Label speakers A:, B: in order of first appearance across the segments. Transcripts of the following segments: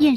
A: 燕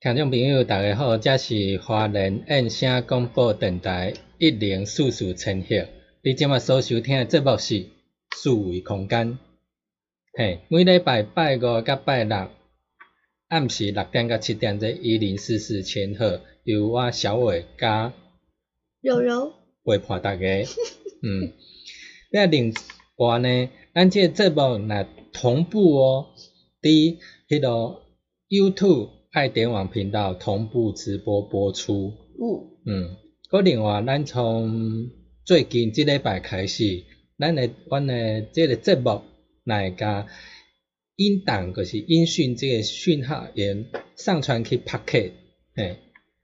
B: 听众朋友，大家好，这是华人燕声广播电台一零四四千赫。你即马所收听的节目是《四维空间》，嘿，每礼拜拜五甲拜六，暗时六点到七点，这一零四四千赫，由我小伟甲
C: 柔柔，
B: 陪伴大家。嗯，那另外呢，咱这个节目若同步哦，伫迄个 YouTube。爱点网频道同步直播播出。
C: 嗯，
B: 嗯，佮另外，咱从最近即礼拜开始，咱的阮的即个节目来甲音档，就是音讯即个讯号源上传去 Pocket，嘿，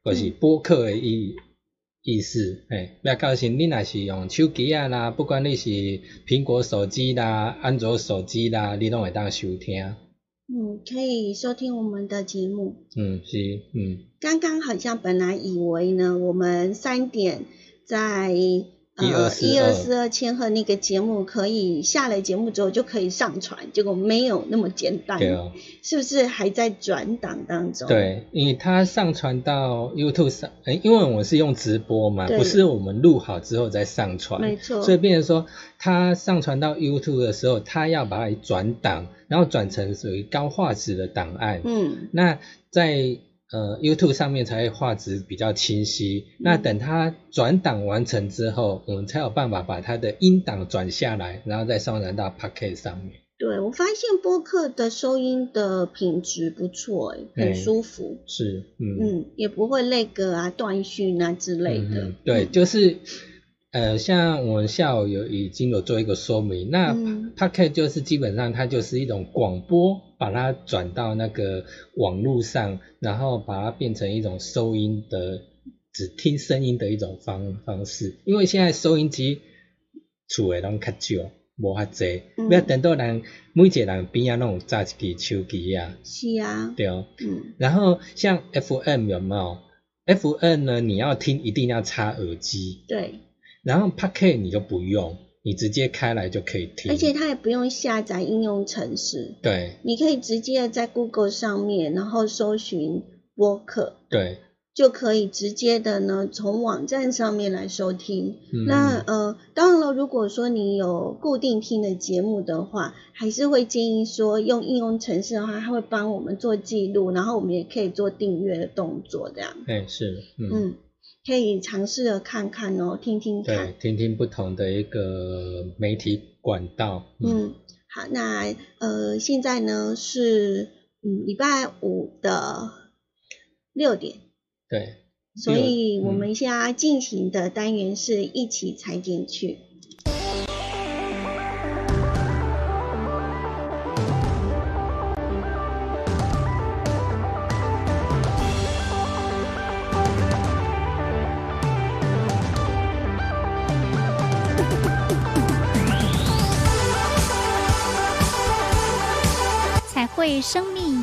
B: 就是播客的意意思，嘿，要到时你若是用手机啊啦，不管你是苹果手机啦、安卓手机啦，你拢会当收听。
C: 嗯，可以收听我们的节目。
B: 嗯，是，嗯。
C: 刚刚好像本来以为呢，我们三点在呃
B: 1242
C: 一二四二千赫那个节目可以下了节目之后就可以上传，结果没有那么简单，
B: 对哦，
C: 是不是还在转档当中？，
B: 对，因为它上传到 YouTube 上，诶因为我是用直播嘛，
C: 对
B: 不是我们录好之后再上传，
C: 没错。
B: 所以变成说，它上传到 YouTube 的时候，它要把它转档，然后转成属于高画质的档案。
C: 嗯，
B: 那在呃 YouTube 上面才会画质比较清晰。
C: 嗯
B: 那等它转档完成之后，我们才有办法把它的音档转下来，然后再上传到 Pocket 上面。
C: 对，我发现播客的收音的品质不错、欸，
B: 哎
C: 很舒服。
B: 是，
C: 嗯，也不会那个啊断讯啊之类
B: 嗯
C: 的
B: 哼。对，就是呃，像我们下午有已经有做一个说明，那
C: 嗯
B: Pocket 就是基本上它就是一种广播，把它转到那个网络上，然后把它变成一种收音的，只听声音的一种方方式。因为现在收音机厝诶拢较少，无遐济，
C: 嗯
B: 要等到人每一个人边啊拢有揸一支手机啊，
C: 是啊，
B: 对。
C: 嗯，
B: 然后像 FM 有没有？FM 呢，你要听一定要插耳机，
C: 对，
B: 然后 Pocket 你就不用，你直接开来就可以听。
C: 而且它也不用下载应用程式，
B: 对
C: 你可以直接在 Google 上面，然后搜寻播客，
B: 对，
C: 就可以直接的呢从网站上面来收听。
B: 嗯
C: 那呃，当然了，如果说你有固定听的节目的话，还是会建议说用应用程式的话，它会帮我们做记录，然后我们也可以做订阅的动作，这样，
B: 哎是，嗯，
C: 嗯，可以尝试的看看哦，听听看
B: 对，。听听不同的一个媒体管道。
C: 嗯，好，那呃，现在呢是嗯礼拜五的六点。
B: 对，
C: 所以我
B: 嗯
C: 们现在进行的单元是一起踩进去。
A: 彩绘生命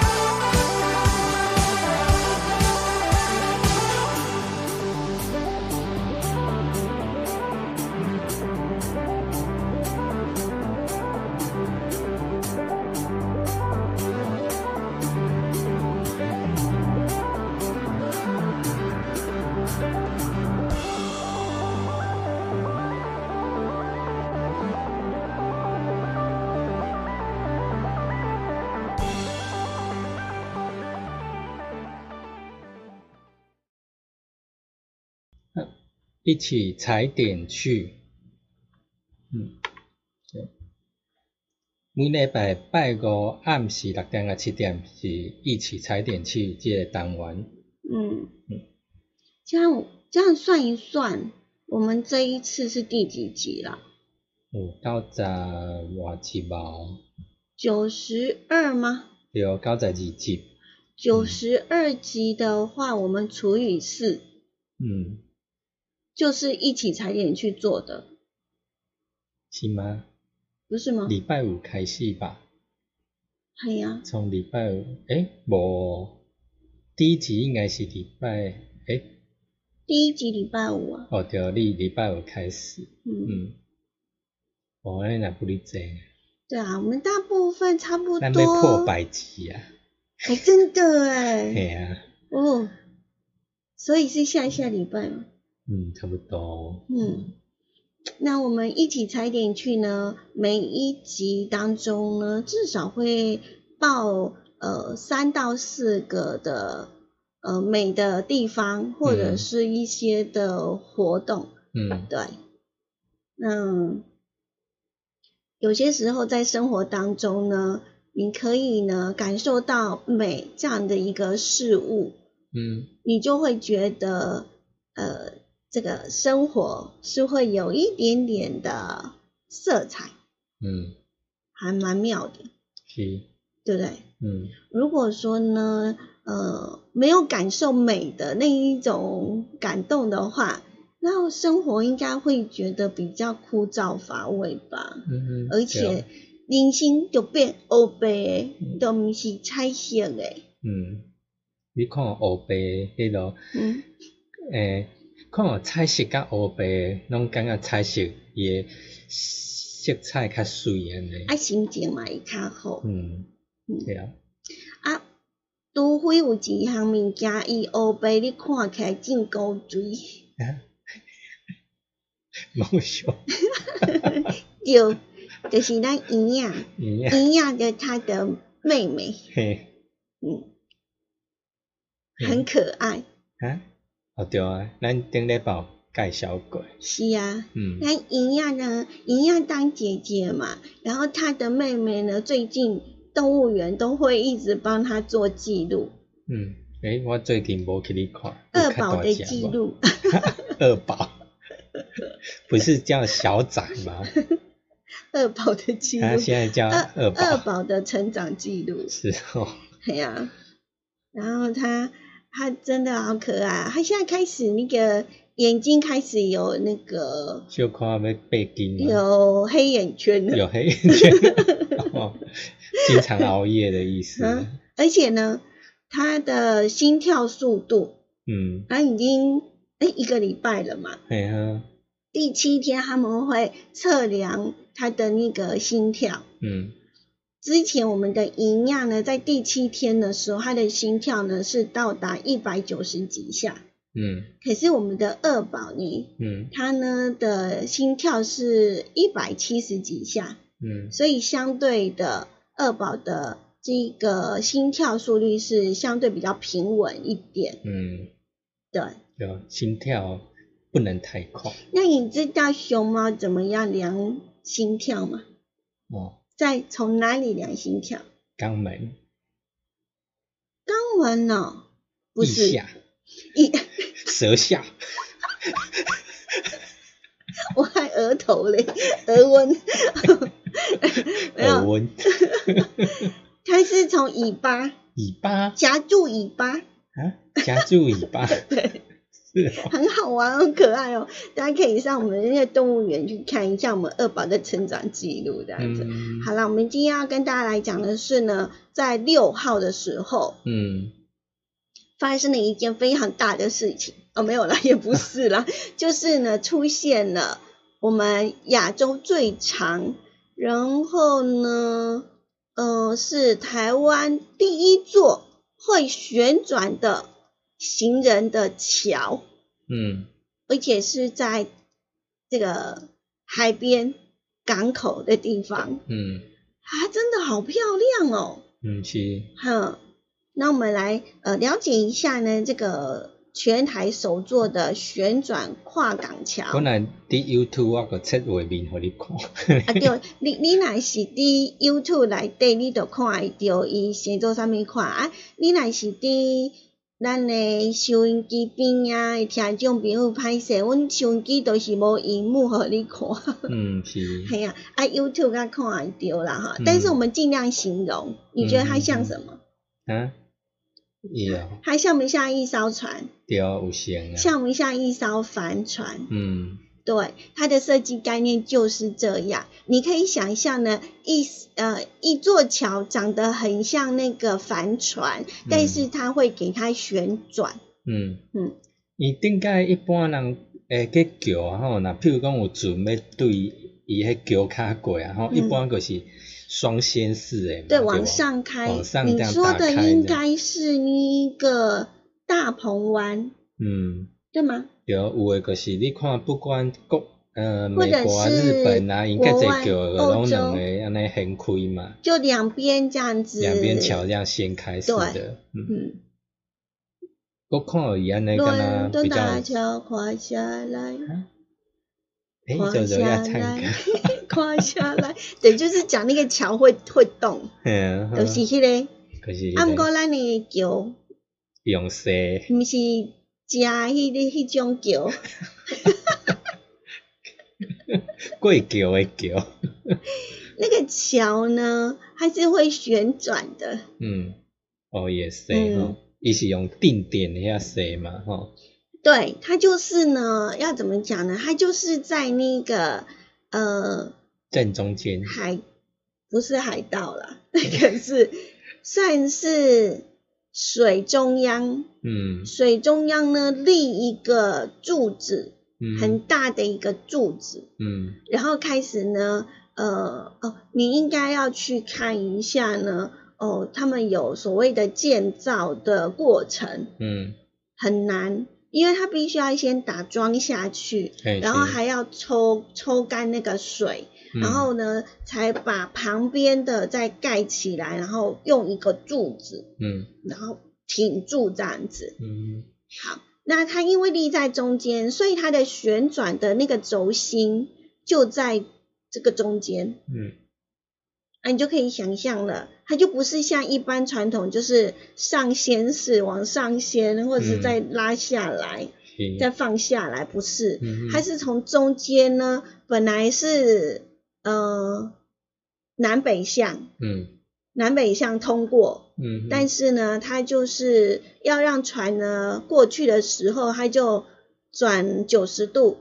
B: 一起踩点去。嗯，对。每礼拜拜五暗时六点到七点是一起踩点去这个单元。
C: 嗯
B: 嗯，
C: 这样这样算一算，我们这一次是第几集了？
B: 有九十外集吧，
C: 九十二吗？
B: 对，哦九十二集。
C: 九十二集的话，我们除以四，
B: 嗯，
C: 就是一起踩点去做的，
B: 是吗？
C: 不是吗？
B: 礼拜五开始吧，
C: 哎呀，
B: 从礼拜五，诶，无，第一集应该是礼拜，诶，
C: 第一集礼拜五啊，
B: 哦对，你礼拜五开始，
C: 嗯，
B: 嗯，哦，安尼若不哩济，
C: 对啊，我们大部分差不
B: 咱要破
C: 多，
B: 百集啊，
C: 还真的哎，
B: 嘿啊，
C: 哦，所以是下下礼拜嘛，
B: 嗯，差不多，
C: 嗯，那我们一起踩点去呢，每一集当中呢，至少会报呃三到四个的呃美的地方，或者
B: 嗯
C: 是一些的活动，
B: 嗯，
C: 对，那有些时候在生活当中呢，你可以呢感受到美这样的一个事物，
B: 嗯，
C: 你就会觉得，呃，这个生活是会有一点点的色彩，
B: 嗯，
C: 还蛮妙的，
B: 是，
C: 对不对？
B: 嗯，
C: 如果说呢，呃，没有感受美的那一种感动的话，那生活应该会觉得比较枯燥乏味吧。
B: 嗯，
C: 而
B: 对
C: 且
B: 啊，
C: 人生就变黑白的
B: 嗯，
C: 都不是彩色的。
B: 嗯，你看黑白的迄落。
C: 嗯，
B: 诶，看有彩色甲黑白的，拢感觉彩色伊诶色彩较水安尼。
C: 啊，心情嘛会较好。
B: 嗯，对
C: 嗯，
B: 啊，
C: 啊，除非有一项物件，伊黑白你看起来真古锥，嗯
B: 冇想，
C: 就就是咱姨呀，
B: 嗯啊，
C: 姨呀的她的妹妹，
B: 嘿，
C: 嗯，
B: 嗯
C: 很可爱。
B: 啊，哦对啊，咱顶礼拜有介绍过，
C: 是啊，
B: 嗯
C: 那莹亚呢？莹亚当姐姐嘛，然后她的妹妹呢，最近动物园都会一直帮她做记录，
B: 嗯，诶，我最近无去你看，有
C: 二
B: 较
C: 宝
B: 大
C: 的
B: 只
C: 记
B: 无，
C: 录。
B: 二宝， 不是叫小仔 吗？
C: 二宝的记录，
B: 他现在叫
C: 二
B: 二宝，
C: 宝的成长记录，
B: 是哦，
C: 哎呀、然后他他真的好可爱，他现在开始那个眼睛开始有那个
B: 小可要啊背筋吗？
C: 有黑眼圈了，
B: 嗯有黑眼圈，哦，经常熬夜的意思。
C: 嗯而且呢，他的心跳速度，
B: 嗯，
C: 他已经哎一个礼拜了嘛，
B: 哎呀，
C: 第七天他们会测量他的那个心跳。
B: 嗯
C: 之前我们的营养呢，在第七天的时候，他的心跳呢是到达一百九十几下，
B: 嗯
C: 可是我们的二宝呢，
B: 嗯
C: 他呢的心跳是一百七十几下，
B: 嗯
C: 所以相对的二宝的这个心跳速率是相对比较平稳一点。
B: 嗯，
C: 对，
B: 有心跳不能太快。
C: 那你知道熊猫怎么样量心跳嘛，
B: 哦，
C: 在从哪里量心跳？
B: 肛门
C: 肛门哦，不
B: 腋
C: 是
B: 下、
C: 一，
B: 舌下、
C: 我还额头嘞， 额温，没
B: 耳
C: 有，
B: 温、
C: 它是从尾巴
B: 尾巴
C: 夹住尾巴，
B: 啊，夹住尾巴，是哦，
C: 很好玩，很可爱哦。大家可以上我们那个动物园去看一下我们二宝的成长记录，这样子。
B: 嗯
C: 好了，我们今天要跟大家来讲的是呢，在六号的时候
B: 嗯，
C: 发生了一件非常大的事情哦，没有啦， 也不是啦，就是呢出现了我们亚洲最长，然后呢，呃，是台湾第一座会旋转的行人的桥，
B: 嗯
C: 而且是在这个海边港口的地方。
B: 嗯
C: 啊，真的好漂亮哦！
B: 嗯，是，
C: 哼，那我们来呃了解一下呢，这个全台首座的旋转跨港桥。
B: 本来伫 YouTube 我个切画面互你看，
C: 啊对，你你若是伫 YouTube 内底，你就看会到伊写做啥物款啊。你若是伫咱诶收音机边啊的听众朋友歹势，阮收音机都是无荧幕互你看。
B: 嗯是，
C: 嘿呀、啊，YouTube 甲看会到啦哈，
B: 嗯
C: 但是我们尽量形容，你觉得它
B: 嗯嗯
C: 像
B: 嗯
C: 什么？
B: 啊，伊哦，
C: 它像不像一艘船？
B: 对哦，有像啊，
C: 像不像一艘帆船？
B: 嗯
C: 对，它的设计概念就是这样。你可以想象呢，一呃一座桥长得很像那个帆船，但是它会给它旋转。
B: 嗯
C: 嗯，
B: 伊顶界一般人诶去桥啊吼，若譬如讲有船要对伊迄桥骹过啊吼，
C: 嗯
B: 一般就是双线式诶嘛，
C: 对，
B: 吧
C: 往上开。
B: 往上
C: 你
B: 这样
C: 说
B: 打
C: 的
B: 开
C: 应
B: 这样
C: 该是一个大鹏湾，
B: 嗯，
C: 对吗？
B: 对，有诶就是你看不管国呃
C: 或
B: 美
C: 者
B: 国啊、
C: 是
B: 日本啊，因较
C: 国
B: 侪
C: 外
B: 桥的
C: 欧
B: 拢两
C: 洲
B: 个安尼横开嘛，
C: 就两边这样子。
B: 两边桥这样掀开式的，嗯，
C: 嗯。
B: 我看有伊安尼敢
C: 伦
B: 若啊
C: 敦
B: 比较，
C: 大桥垮下来。
B: 诶，
C: 垮
B: 就就
C: 下
B: 要唱歌
C: 来，，垮下来， 对，就是讲那个桥会会动，
B: 嗯，呵
C: 就是迄、那个。
B: 就是
C: 啊，毋
B: 那
C: 过
B: 个
C: 咱的桥，
B: 用色，
C: 毋是食迄个迄种桥，
B: 过桥诶桥，
C: 那个桥呢，它是会旋转的。
B: 嗯，哦也是
C: 嗯
B: 吼，伊是用定点遐色嘛吼，
C: 对，它就是呢，要怎么讲呢？它就是在那个呃
B: 正中间，
C: 海，不是海盗啦，那个是算是水中央
B: 嗯
C: 水中央呢立一个柱子，很
B: 嗯
C: 大的一个柱子，
B: 嗯
C: 然后开始呢，呃，哦，你应该要去看一下呢，哦，他们有所谓的建造的过程，
B: 嗯，
C: 很难，因为它必须要先打桩下去，
B: 嘿
C: 然后
B: 是
C: 还要抽抽干那个水，
B: 嗯
C: 然后呢，才把旁边的再盖起来，然后用一个柱子，
B: 嗯
C: 然后挺住这样子。
B: 嗯
C: 好，那它因为立在中间，所以它的旋转的那个轴心就在这个中间，
B: 嗯
C: 啊，你就可以想象了，它就不是像一般传统就是上掀式往上掀，或者是
B: 嗯
C: 再拉下来、
B: 是，
C: 再放下来，不是，
B: 嗯
C: 它是从中间呢，本来是呃南北向，
B: 嗯
C: 南北向通过，
B: 嗯，
C: 但是呢，它就是要让船呢过去的时候，它就转九十度，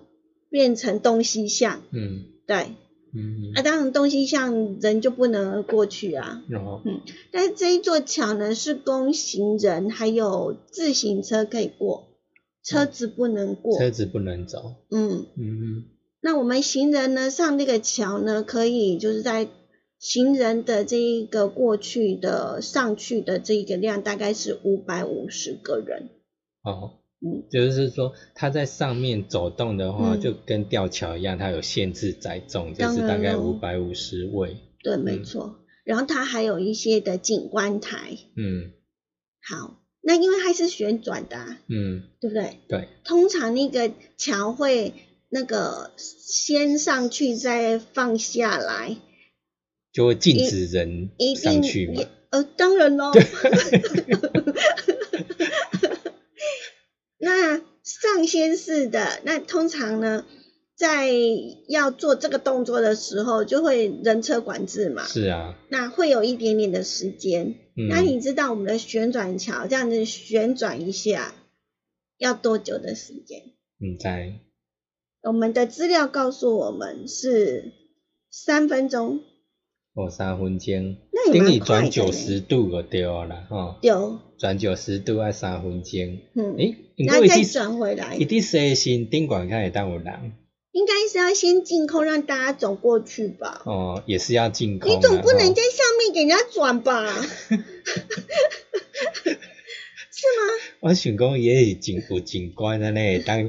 C: 变成东西向。
B: 嗯
C: 对，
B: 嗯
C: 啊，当然东西向人就不能过去啊。
B: 然后
C: 但是这一座桥呢，是供行人还有自行车可以过，车子不能
B: 嗯
C: 过。
B: 车子不能走，
C: 嗯，
B: 嗯
C: 那我们行人呢上这个桥呢，可以就是在行人的这一个过去的上去的这一个量大概是五百五十个人。
B: 哦。
C: 嗯，
B: 就是说，它在上面走动的话，
C: 嗯
B: 就跟吊桥一样，它有限制载重，就
C: 当
B: 是
C: 然
B: 大概
C: 咯
B: 五百五十位。
C: 对，没错。然后它还有一些的景观台。
B: 嗯
C: 好，那因为它是旋转的、啊，
B: 嗯，
C: 对不对？
B: 对，
C: 通常那个桥会那个先上去再放下来，
B: 就会禁止人
C: 一
B: 上
C: 定
B: 去嘛
C: 也。呃，当 然喽。那上仙式的那通常呢，在要做这个动作的时候，就会人车管制嘛，
B: 是啊，
C: 那会有一点点的时间。
B: 嗯，
C: 那你知道我们的旋转桥这样子旋转一下要多久的时间？
B: 你在
C: 我们的资料告诉我们是三分钟，
B: 哦三分钟，
C: 那也
B: 等
C: 蛮
B: 你
C: 快
B: 转
C: 的
B: 九
C: 呢。
B: 十度就对了啦，吼、
C: 有，
B: 转九十度要三分钟。
C: 嗯，
B: 诶、不过
C: 然后
B: 伊
C: 再
B: 伫
C: 转回来
B: 伊，伫西新顶管看会当有人
C: 应该是要先进空让大家走过去吧。
B: 哦，也是要进空啊。
C: 你总不能
B: 吼
C: 在下面给人家转吧？
B: 我想讲伊也是真有景观安尼，会当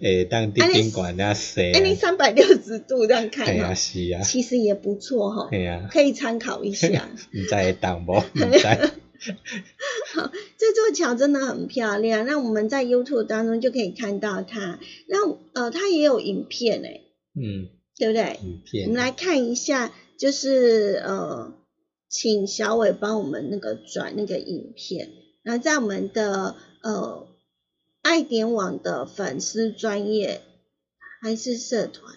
B: 会当伫顶管啊西
C: 哎，你哦
B: 啊。
C: 三百六十度这样看
B: 嘿啊，
C: 嘛，
B: 是啊，
C: 其实也不错哈，
B: 嘿啊，
C: 可以参考一下。
B: 毋知会当无？毋 知。
C: 这座桥真的很漂亮，那我们在 YouTube 当中就可以看到它。那呃，它也有影片哎、
B: 嗯，
C: 对不对？
B: 影
C: 我
B: 片
C: 们。来看一下，就是呃，请小伟帮我们那个转那个影片，然后在我们的呃爱点网的粉丝专业还是社团，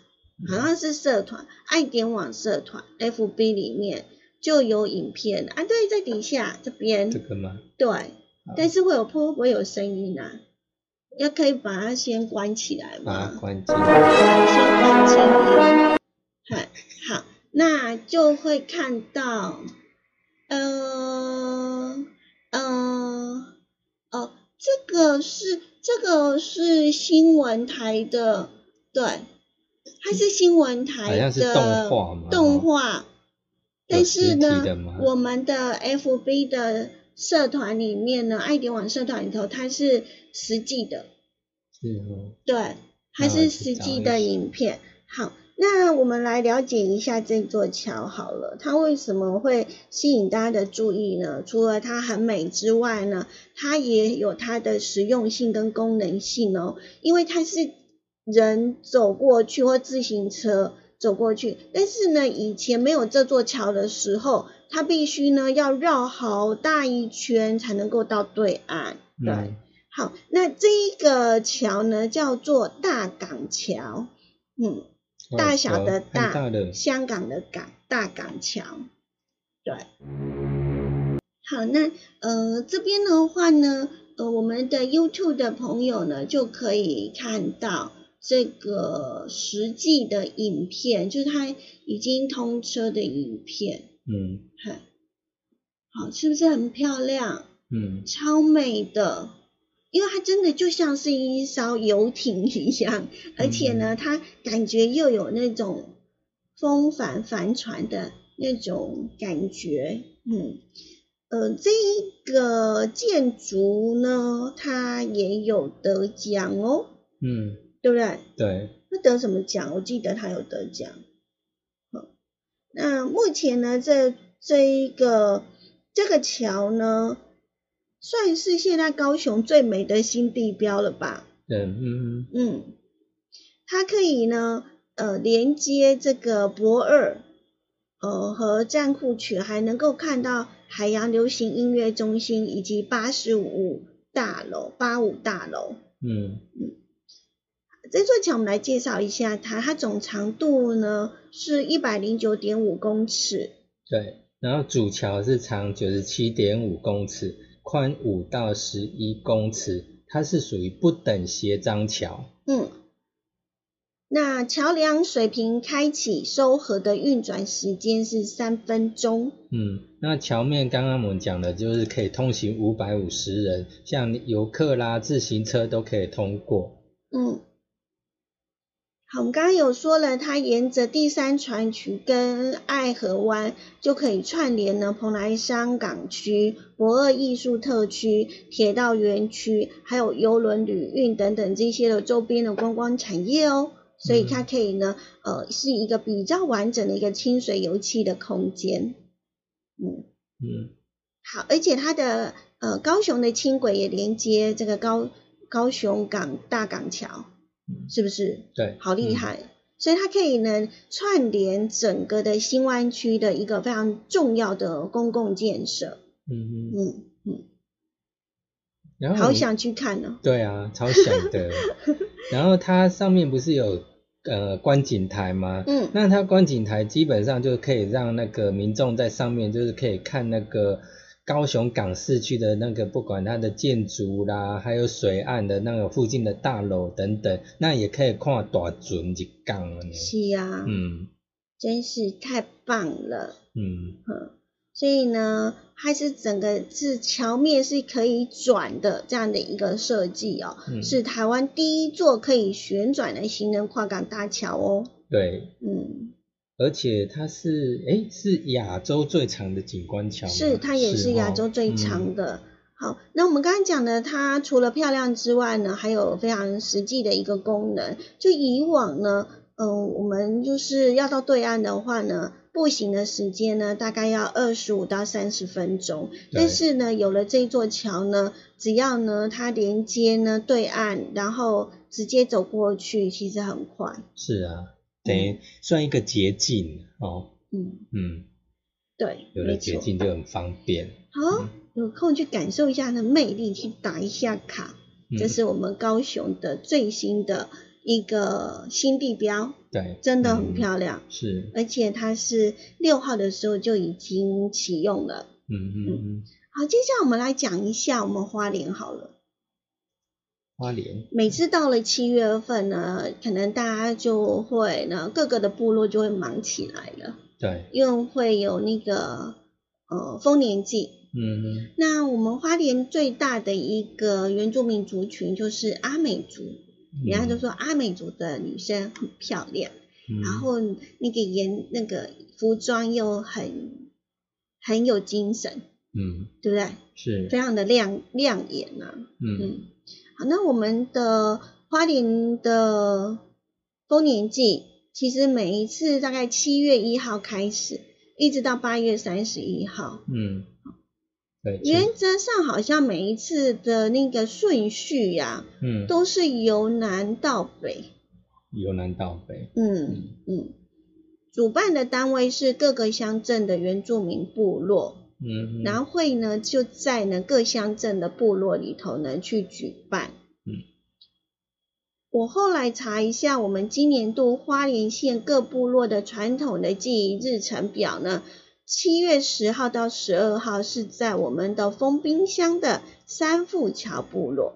C: 好像是社团爱点网社团 FB 里面就有影片啊，对，在底下这边
B: 这个吗？
C: 对，但是会有会不会有声音啊？要可以把它先关起来吗？
B: 把它关机。
C: 先关静音。嗨，好，那就会看到，呃，呃，哦，这个是这个是新闻台的，对，它是新闻台的
B: 好像是动画嘛
C: 动画但是
B: 有
C: 呢
B: 实体的吗，
C: 我们的 FB 的社团里面呢，爱点网社团里头，它是实际的，
B: 是哦。
C: 对，
B: 那
C: 它
B: 我
C: 是
B: 去
C: 实
B: 找
C: 际
B: 一
C: 的
B: 下
C: 影片。好，那我们来了解一下这座桥好了，它为什么会吸引大家的注意呢？除了它很美之外呢，它也有它的实用性跟功能性哦，因为它是人走过去或自行车走过去，但是呢，以前没有这座桥的时候，它必须呢要绕好大一圈才能够到对岸，对。
B: 嗯
C: 好，那这一个桥呢，叫做大港桥，嗯，
B: 哦
C: 大小的
B: 有看
C: 大
B: 到了，
C: 香港的港，大港桥，对。好，那呃这边的话呢，呃我们的 YouTube 的朋友呢就可以看到这个实际的影片，就是它已经通车的影片，
B: 嗯
C: 嗨，好，是不是很漂亮？
B: 嗯，
C: 超美的，因为它真的就像是一艘游艇一样，而且呢，它感觉又有那种风帆帆船的那种感觉，嗯。呃，这一个建筑呢，它也有得奖哦，
B: 嗯，
C: 对不对？
B: 对，
C: 那得什么奖？我记得他有得奖。好那目前呢，这这一个这个桥呢，算是现在高雄最美的新地标了吧？
B: 嗯嗯
C: 嗯，它可以呢，呃，连接这个博尔，呃和战库区，还能够看到海洋流行音乐中心以及八十五大楼、八五大楼。
B: 嗯，
C: 这座桥我们来介绍一下它，它总长度呢是一百零九点五公尺，
B: 对。然后主桥是长九十七点五公尺，宽五到十一公尺，它是属于不等斜张桥。
C: 嗯。那桥梁水平开启收合的运转时间是三分钟，
B: 嗯，那桥面刚刚我们讲的就是可以通行五百五十人，像游客啦、自行车都可以通过。
C: 嗯。好，我们刚刚有说了，它沿着第三船区跟爱河湾就可以串联呢蓬莱山港区、博二艺术特区、铁道园区，还有邮轮旅运等等这些的周边的观光产业哦。所以它可以呢，呃，是一个比较完整的一个清水油漆的空间。嗯，
B: 嗯，
C: 好，而且它的呃高雄的轻轨也连接这个高高雄港大港桥。是不是？
B: 对，
C: 好厉害！所以它可以呢串联整个的新湾区的一个非常重要的公共建设。
B: 嗯，嗯嗯，
C: 嗯嗯，
B: 然后
C: 好
B: 你
C: 想去看哦。
B: 对啊，超想 的。然后它上面不是有呃观景台吗？
C: 嗯
B: 那它观景台基本上就可以让那个民众在上面，就是可以看那个高雄港市区的那个，不管它的建筑啦，还有水岸的那个附近的大楼等等，那也可以看大船一港了呢。
C: 是啊，
B: 嗯
C: 真是太棒了。
B: 嗯，
C: 所以呢，它是整个是桥面是可以转的这样的一个设计哦，
B: 嗯
C: 是台湾第一座可以旋转的行人跨港大桥哦。
B: 对，
C: 嗯，
B: 而且它是诶是亚洲最长的景观桥吗，
C: 是它也是亚
B: 哦
C: 洲最
B: 嗯
C: 长的。好，那我们刚刚讲的，它除了漂亮之外呢，还有非常实际的一个功能。就以往呢，嗯、我们就是要到对岸的话呢，步行的时间呢，大概要二十五到三十分钟。
B: 对
C: 但是呢，有了这座桥呢，只要呢它连接呢对岸，然后直接走过去，其实很快。
B: 是啊，等于算一个捷径哦。
C: 嗯，
B: 嗯，
C: 对，
B: 有
C: 没
B: 了捷
C: 错。
B: 径就嗯很方便。
C: 好，有空去感受一下它的魅力，去打一下卡。
B: 嗯，
C: 这是我们高雄的最新的一个新地标，
B: 对，
C: 真的很
B: 嗯
C: 漂亮，
B: 是，
C: 而且它是六号的时候就已经启用了。
B: 嗯嗯嗯，
C: 好，接下来我们来讲一下我们花莲好了。
B: 花莲，
C: 每次到了七月份呢，可能大家就会呢，各个的部落就会忙起来了，
B: 对，
C: 因为会有那个呃丰年祭，
B: 嗯
C: 那我们花莲最大的一个原住民族群就是阿美族，人家就说阿美族的女生很漂亮，
B: 嗯，
C: 然后那个颜那个服装又很很有精神，
B: 嗯
C: 对不对？
B: 是，
C: 非常的亮亮眼呐、
B: 嗯
C: 嗯，好，那我们的花莲的丰年祭，其实每一次大概七月一号开始，一直到八月三十一号，
B: 嗯，对，其
C: 原则上好像每一次的那个顺序呀、
B: 嗯，
C: 都是由南到北。
B: 由南到北，
C: 嗯嗯，主办的单位是各个乡镇的原住民部落，
B: 嗯，
C: 然
B: 后
C: 后会呢就在呢各乡镇的部落里头呢去举办。
B: 嗯，
C: 我后来查一下，我们今年度花莲县各部落的传统的记忆日程表呢，七月十号到十二号是在我们的丰滨乡的三富桥部落。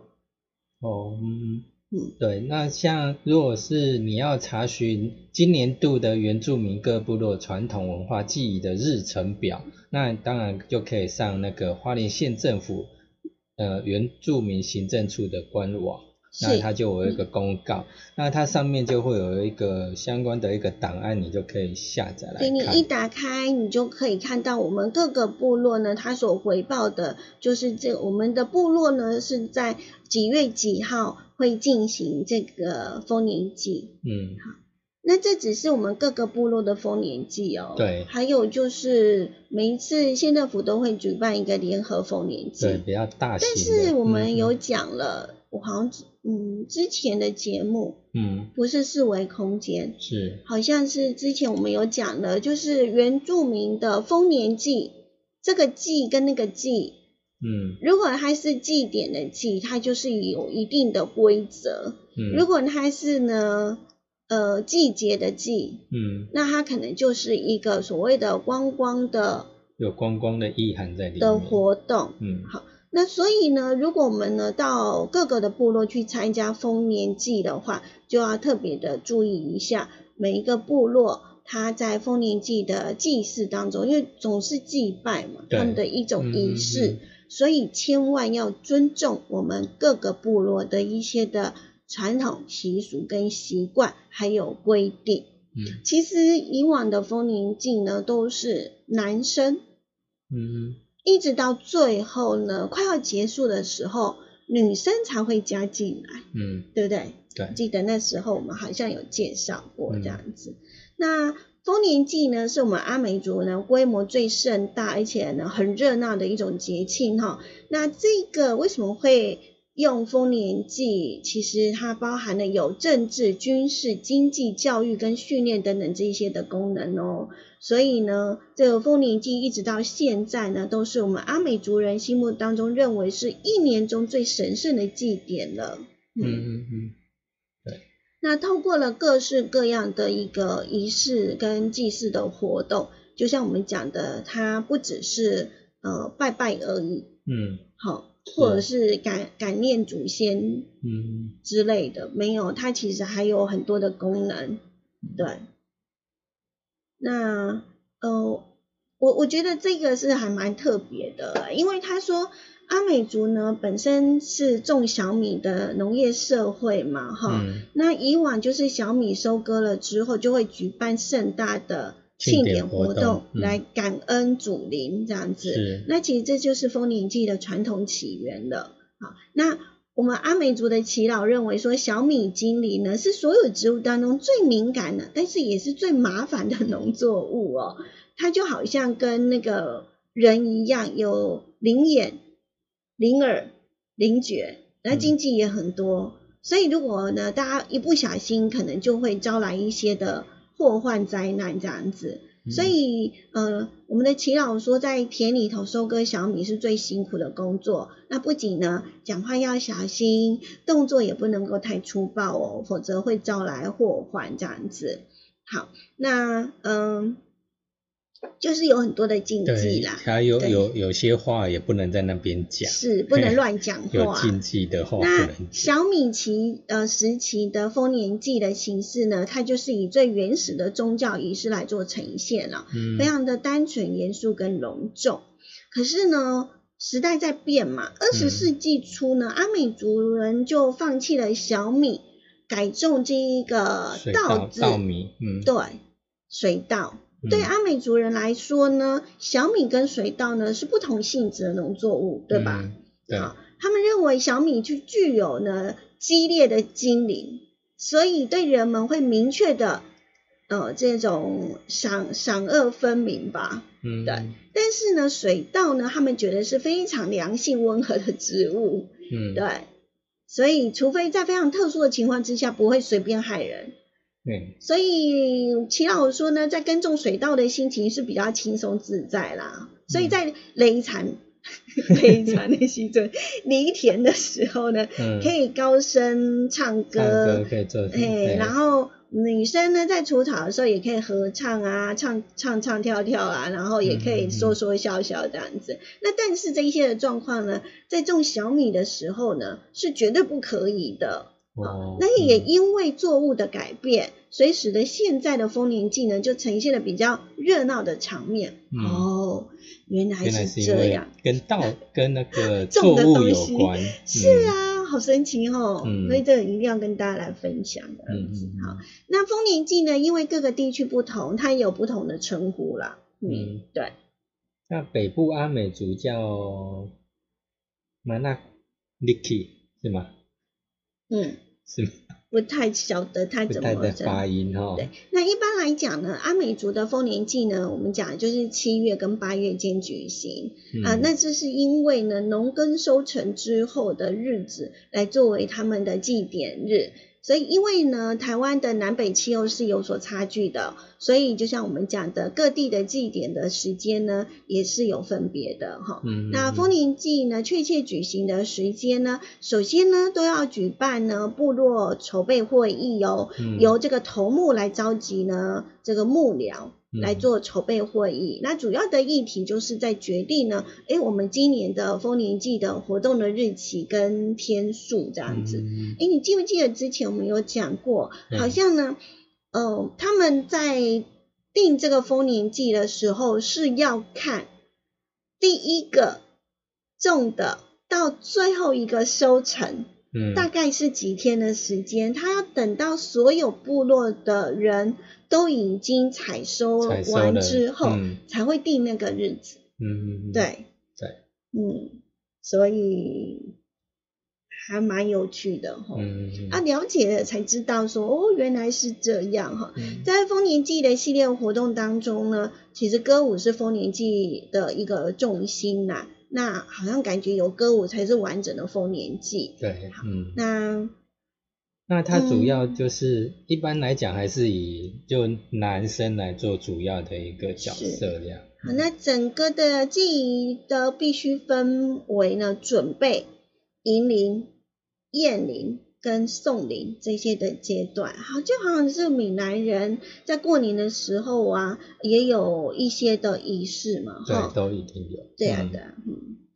B: 哦，嗯
C: 嗯，
B: 对，那像如果是你要查询今年度的原住民各部落传统文化记忆的日程表，那当然就可以上那个花莲县政府呃原住民行政处的官网，那
C: 是
B: 它就有一个公告，那它上面就会有一个相关的一个档案，你就可以下载来
C: 所以你
B: 看
C: 一。打开，你就可以看到我们各个部落呢，它所回报的就是这我们的部落呢是在几月几号会进行这个丰年祭。
B: 嗯，
C: 那这只是我们各个部落的丰年祭哦。
B: 对
C: 还有就是每一次县政府都会举办一个联合丰年
B: 对，
C: 祭，
B: 比较大型
C: 但
B: 的。
C: 是我们
B: 嗯
C: 有讲了，我好像嗯之前的节目
B: 嗯
C: 不是四维空间，
B: 是
C: 好像是之前我们有讲的，就是原住民的丰年祭，这个祭跟那个祭，
B: 嗯
C: 如果它是祭典的祭，它就是有一定的规则；
B: 嗯
C: 如果它是呢，呃，季节的季，
B: 嗯
C: 那它可能就是一个所谓的观光的
B: 有观光的意涵在里面
C: 的活动。
B: 嗯
C: 那所以呢，如果我们呢到各个的部落去参加丰年祭的话，就要特别的注意一下每一个部落它在丰年祭的祭祀当中，因为总是祭拜嘛，
B: 对
C: 他们的一种仪式，
B: 嗯嗯嗯
C: 所以千万要尊重我们各个部落的一些的传统习俗跟习惯，还有规定。
B: 嗯
C: 其实以往的丰年祭呢，都是男生
B: 嗯
C: 一直到最后呢，快要结束的时候，女生才会加进来，
B: 嗯
C: 对不对？
B: 对
C: 记得那时候我们好像有介绍过
B: 嗯
C: 这样子。那丰年祭呢，是我们阿美族呢规模最盛大，而且呢很热闹的一种节庆哈、那这个为什么会？用丰年祭，其实它包含了有政治、军事、经济、教育跟训练等等这一些的功能哦。所以呢，这个丰年祭一直到现在呢，都是我们阿美族人心目当中认为是一年中最神圣的祭典了。
B: 嗯嗯嗯，
C: 那透过了各式各样的一个仪式跟祭祀的活动，就像我们讲的，它不只是呃拜拜而已，
B: 嗯
C: 好，或者是感感念祖先
B: 嗯
C: 之类的，没有，它其实还有很多的功能，对。那呃，我我觉得这个是还蛮特别的，因为他说阿美族呢本身是种小米的农业社会嘛，哈、
B: 嗯
C: 那以往就是小米收割了之后，就会举办盛大的庆
B: 庆
C: 典
B: 典
C: 活
B: 活
C: 动
B: 动
C: 来
B: 嗯
C: 感恩祖灵这样子。
B: 是
C: 那其实这就是丰年祭的传统起源了。好，那我们阿美族的耆老认为说，小米经理呢是所有植物当中最敏感的，但是也是最麻烦的农作物哦。它就好像跟那个人一样，有灵眼、灵耳、灵觉，那经济也很多。所以如果呢，大家一不小心，可能就会招来一些的祸患灾难这样子。所
B: 嗯
C: 以，呃，我们的耆老说，在田里头收割小米是最辛苦的工作。那不仅呢，讲话要小心，动作也不能够太粗暴哦，否则会招来祸患这样子。好，那嗯、就是有很多的禁忌
B: 对
C: 啦，，
B: 还有
C: 对
B: 有有些话也不能在那边讲，
C: 是不能乱讲
B: 有
C: 话。
B: 禁忌的话不
C: 那
B: 能讲。
C: 小米奇呃时期的丰年祭的形式呢，它就是以最原始的宗教仪式来做呈现了、
B: 嗯
C: 非常的单纯、严肃跟隆重。可是呢，时代在变嘛，二
B: 嗯
C: 十世纪初呢，阿美族人就放弃了小米，改种这一个
B: 水稻
C: 稻子，
B: 稻米，嗯，
C: 对，水稻。
B: 嗯
C: 对阿美族人来说呢，小米跟水稻呢是不同性质的农作物，对吧？
B: 嗯对，
C: 啊，他们认为小米具具有呢激烈的精灵，所以对人们会明确的呃这种赏赏恶分明吧。
B: 嗯
C: 对但是呢，水稻呢，他们觉得是非常良性温和的植物，
B: 嗯
C: 对，所以除非在非常特殊的情况之下，不会随便害人。
B: 对，
C: 所以齐老说呢，在耕种水稻的心情是比较轻松自在啦。
B: 嗯
C: 所以在累产、累产的时阵， 犁田的时候呢，
B: 嗯，
C: 可以高声唱
B: 唱歌
C: 歌，
B: 可以做，
C: 哎，然后女生呢在除草的时候也可以合唱啊，唱唱唱跳跳啊，然后也可
B: 嗯
C: 以说说笑笑这样子。那但是这一些的状况呢，在种小米的时候呢，是绝对不可以的。
B: 哦，
C: 那也
B: 嗯
C: 因为作物的改变，所以使得现在的丰年祭呢，就呈现了比较热闹的场面。
B: 嗯
C: 哦，原来
B: 原来是
C: 是
B: 因
C: 这
B: 为嗯
C: 样，
B: 跟稻跟那个作
C: 种的
B: 物
C: 东
B: 有
C: 西
B: 关，
C: 是啊，好神奇哦。
B: 嗯
C: 所以这个一定要跟大家来分享的。
B: 嗯，嗯嗯
C: 好，那丰年祭呢，因为各个地区不同，它也有不同的称呼啦。嗯，
B: 嗯，
C: 对，
B: 那北部阿美族叫 Manakiki 是吗？
C: 嗯，
B: 是吗
C: 不太晓得它
B: 不
C: 怎
B: 太
C: 么
B: 的
C: 称
B: 发音哈，
C: 对，那一般来讲呢，阿美族的丰年祭呢，我们讲就是七月跟八月间举行
B: 嗯
C: 啊、那这是因为呢，农耕收成之后的日子来作为他们的祭典日。所以，因为呢，台湾的南北气候是有所差距的，所以就像我们讲的，各地的祭典的时间呢，也是有分别的哈。
B: 嗯，
C: 那
B: 嗯
C: 丰年祭呢，确切举行的时间呢，首先呢都要举办呢部落筹备会议哦，
B: 嗯
C: 由这个头目来召集呢这个幕僚来
B: 嗯
C: 做筹备会议。那主要的议题就是在决定呢，诶，我们今年的丰年祭的活动的日期跟天数这样子。
B: 嗯
C: 哎，你记不记得之前我们有讲过，
B: 对
C: 好像呢，呃，他们在定这个丰年祭的时候是要看第一个种的到最后一个收成，
B: 嗯
C: 大概是几天的时间，他要等到所有部落的人都已经采收
B: 采收
C: 完
B: 了
C: 之后，
B: 嗯
C: 才会定那个日子。
B: 嗯嗯，
C: 对，
B: 对，
C: 嗯，所以还蛮有趣的哈。
B: 嗯嗯
C: 啊，了解了才知道说哦，原来是这样哈。
B: 嗯
C: 在丰年祭的系列活动当中呢，其实歌舞是丰年祭的一个重心呐、那好像感觉有歌舞才是完整的丰年祭。
B: 对，嗯，
C: 那
B: 那它主要就是、
C: 嗯
B: 一般来讲还是以就男生来做主要的一个角
C: 是
B: 色这样。
C: 好，那整个的记忆的必须分为呢准备、迎灵、宴灵跟送灵这些的阶段。好，就好像是闽南人在过年的时候啊，也有一些的仪式嘛，
B: 对，
C: 哈。
B: 都一定有。
C: 对啊，
B: 嗯
C: 对啊，嗯，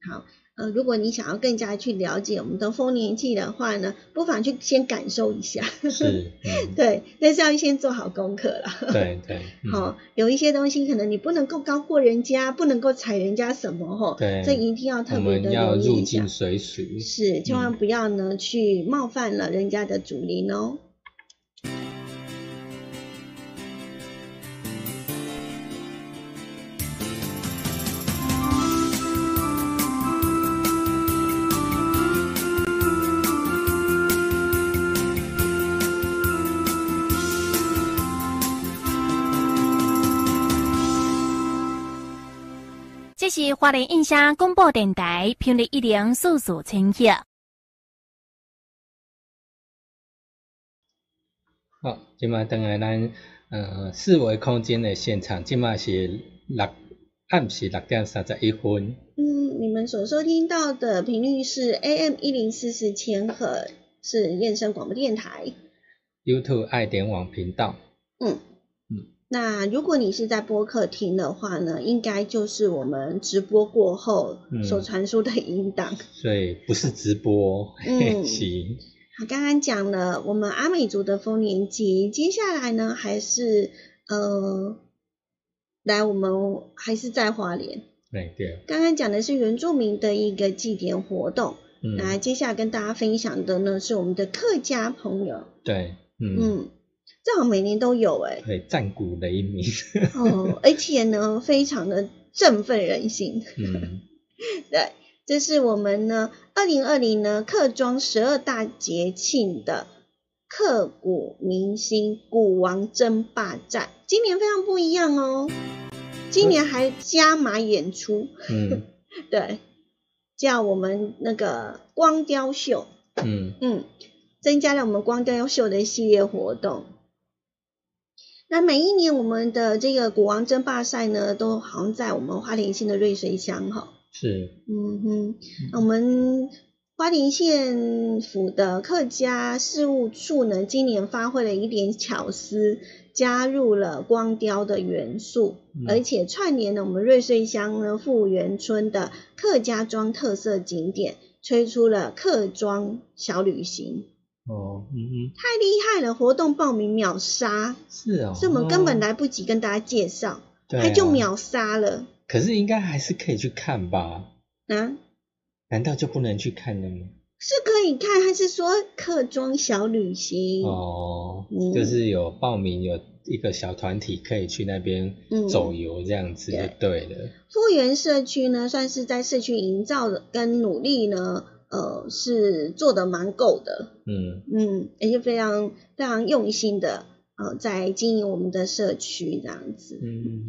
C: 好。呃，如果你想要更加去了解我们的丰年祭的话呢，不妨去先感受一下。
B: 是，嗯，
C: 对，但是要先做好功课啦。
B: 对对，嗯
C: 好、有一些东西可能你不能够高过人家，不能够踩人家什么吼，
B: 对
C: 这一定要
B: 我
C: 特别
B: 们
C: 的
B: 要
C: 留意
B: 入
C: 一下
B: 境。随俗。
C: 是，千万
B: 嗯
C: 不要呢、去冒犯了人家的祖灵哦。
D: 这是花莲印象广播电台频率一零四四千赫。
B: 好，即马等来咱呃四维空间的现场，即马是六暗时六点三十一分。
C: 嗯，你们所收听到的频率是 AM 一零四四千赫，是燕声广播电台。
B: YouTube 爱点网频道，
C: 嗯
B: 嗯，
C: 那如果你是在播客听的话呢，应该就是我们直播过后
B: 嗯
C: 所传输的音档。
B: 所以不是直播，哦
C: 嗯
B: 是，
C: 好，刚刚讲了我们阿美族的丰年祭，接下来呢还是呃，来我们还是在花莲。
B: 对对，
C: 刚刚讲的是原住民的一个祭典活动，
B: 嗯，
C: 那接下来跟大家分享的呢是我们的客家朋友，
B: 对，嗯，
C: 嗯，这好像每年都有哎、
B: 对，战鼓雷鸣，
C: 哦，而且呢非常的振奋人心。
B: 嗯，
C: 对，这是我们呢，二零二零呢客庄十二大节庆的刻骨铭心古王争霸战，今年非常不一样哦，今年还加码演出，
B: 嗯
C: 对，叫我们那个光雕秀，
B: 嗯
C: 嗯，增加了我们光雕秀的系列活动。那每一年我们的这个古王争霸赛呢，都好像在我们花莲县的瑞水乡哈、
B: 是，
C: 嗯哼，我们花莲县府的客家事务处呢，今年发挥了一点巧思，加入了光雕的元素，
B: 嗯
C: 而且串联了我们瑞穗乡呢富源村的客家庄特色景点，推出了客庄小旅行，
B: 哦，嗯嗯，
C: 太厉害了！活动报名秒杀，
B: 是哦，
C: 所以我们根本
B: 哦
C: 来不及跟大家介绍，
B: 对
C: 它就
B: 啊
C: 秒杀了
B: 可是应该还是可以去看吧？
C: 啊！
B: 难道就不能去看了吗？
C: 是可以看，还是说客庄小旅行？
B: 哦，
C: 嗯
B: 就是有报名有一个小团体可以去那边
C: 嗯
B: 走游这样子就对了。
C: 复原社区呢，算是在社区营造的跟努力呢，呃，是做的蛮够的，
B: 嗯
C: 嗯，也是非常非常用心的，呃，在经营我们的社区这样子。
B: 嗯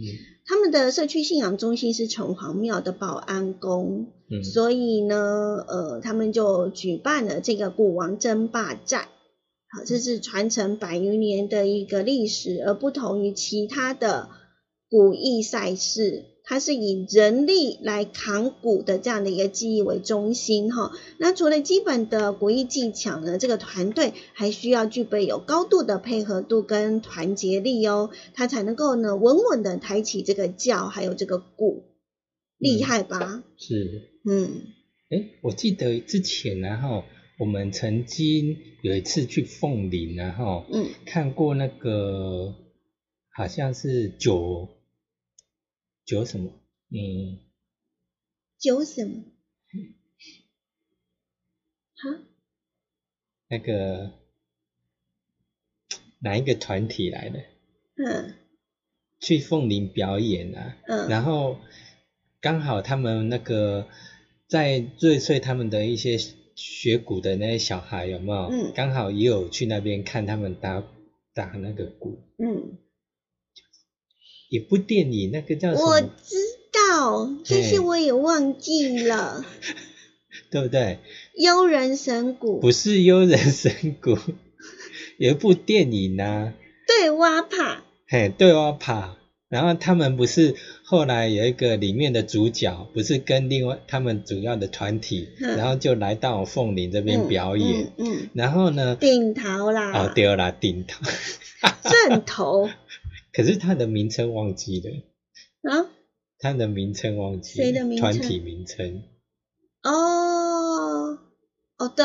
C: 他们的社区信仰中心是城隍庙的保安宫，
B: 嗯
C: 所以呢，呃，他们就举办了这个古王争霸战。好，这是传承百余年的一个历史，而不同于其他的古艺赛事，它是以人力来扛鼓的这样的一个技艺为中心哈。那除了基本的古艺技巧呢，这个团队还需要具备有高度的配合度跟团结力哦，它才能够呢稳稳的抬起这个轿，还有这个鼓，厉害吧？
B: 是。
C: 嗯，
B: 诶，我记得之前然、后我们曾经有一次去凤林然、后
C: 嗯
B: 看过那个好像是九九什么嗯
C: 九什么？哈，
B: 那个哪一个团体来的？
C: 嗯
B: 去凤林表演啊，
C: 嗯，
B: 然后刚好他们那个在瑞穗他们的一些学鼓的那些小孩有没有？
C: 嗯
B: 刚好也有去那边看他们打打那个鼓。
C: 嗯，
B: 有部电影那个叫什
C: 我
B: 么？
C: 知道，道，其实我也忘记了。
B: 对不对？
C: 幽人神谷
B: 不是幽人神 谷，有一部电影啊，
C: 对蛙帕，
B: 嘿，对蛙爬。然后他们不是后来有一个里面的主角，不是跟另外他们主要的团体，
C: 嗯
B: 然后就来到凤林这边表演。
C: 嗯，嗯
B: 然后呢
C: 嗯，顶头啦，
B: 哦，丢啦，顶头。
C: 正头
B: 可是他的名称忘记了，
C: 啊，
B: 他的名称忘记了，
C: 谁的名称
B: 团体名称。
C: 哦，哦，对，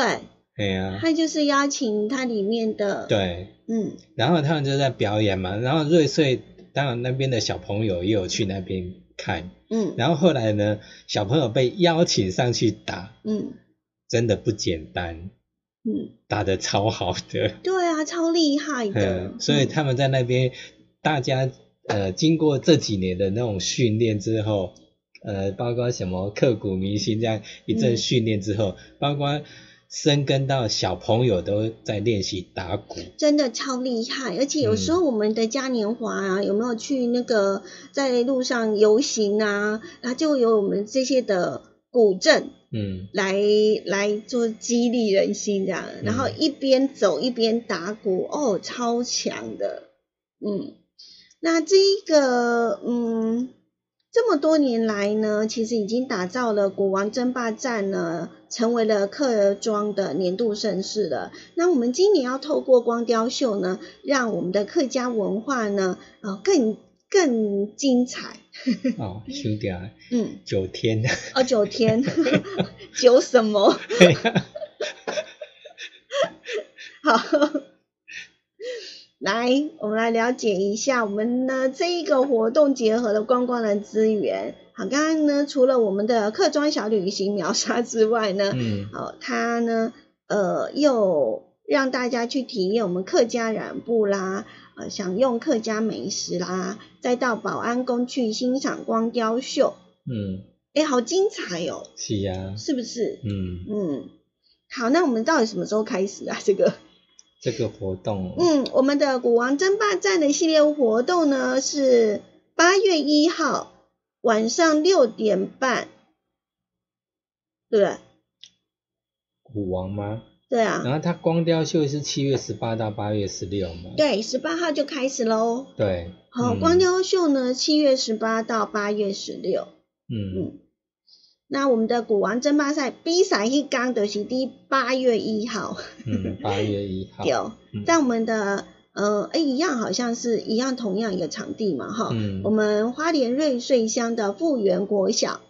B: 哎呀、
C: 他就是邀请他里面的，，
B: 对，
C: 嗯
B: 然后他们就在表演嘛，然后瑞穗当然那边的小朋友也有去那边看，
C: 嗯
B: 然后后来呢，小朋友被邀请上去打，
C: 嗯
B: 真的不简单，
C: 嗯，
B: 打得超好的，
C: 对啊，超厉害 的
B: 嗯，，所以他们在那边，大家呃经过这几年的那种训练之后，呃，包括什么刻骨铭心这样一阵
C: 嗯
B: 训练之后，包括深耕到小朋友都在练习打鼓，
C: 真的超厉害，而且有时候我们的嘉年华啊，有没有去那个在路上游行啊，它就有我们这些的古镇
B: 嗯，
C: 来来做激励人心这样，然后
B: 嗯
C: 一边走一边打鼓，哦，超强的，嗯，那这一个嗯。这么多年来呢，其实已经打造了古玩争霸战呢，成为了客庄的年度盛事了。那我们今年要透过光雕秀呢，让我们的客家文化呢，呃，更更精彩。
B: 哦，兄弟啊，
C: 嗯，
B: 九 天，
C: 哦，九天， 九什么？
B: 嗯
C: 好，来，我们来了解一下我们呢这一个活动结合了观光的资源。好，刚刚呢，除了我们的客庄小旅行秒杀之外呢，
B: 嗯
C: 哦，它呢，呃，又让大家去体验我们客家染布啦，呃，享用客家美食啦，再到保安宫去欣赏光雕秀，
B: 嗯，
C: 哎，好精彩哦，
B: 是呀、啊，
C: 是不是？
B: 嗯，
C: 嗯，好，那我们到底什么时候开始啊？这个？
B: 这个活动，
C: 嗯，我们的古王争霸战的系列活动呢是八月一号晚上六点半，对不对？
B: 古王吗？
C: 对
B: 然
C: 啊，
B: 后它光雕秀是七月十八到八月十六嘛？
C: 对，十八号就开始喽。
B: 对，
C: 好，
B: 嗯
C: 光，雕秀呢，七月十八到八月十六。
B: 嗯
C: 嗯，那我们的古王争霸赛比赛一刚的是第八月一号，
B: 嗯，八月一号，
C: 有
B: 嗯
C: 在我们的呃，哎，一样好像是一样同样一个场地嘛，哈。
B: 嗯
C: 我们花莲瑞穗乡的复原国小。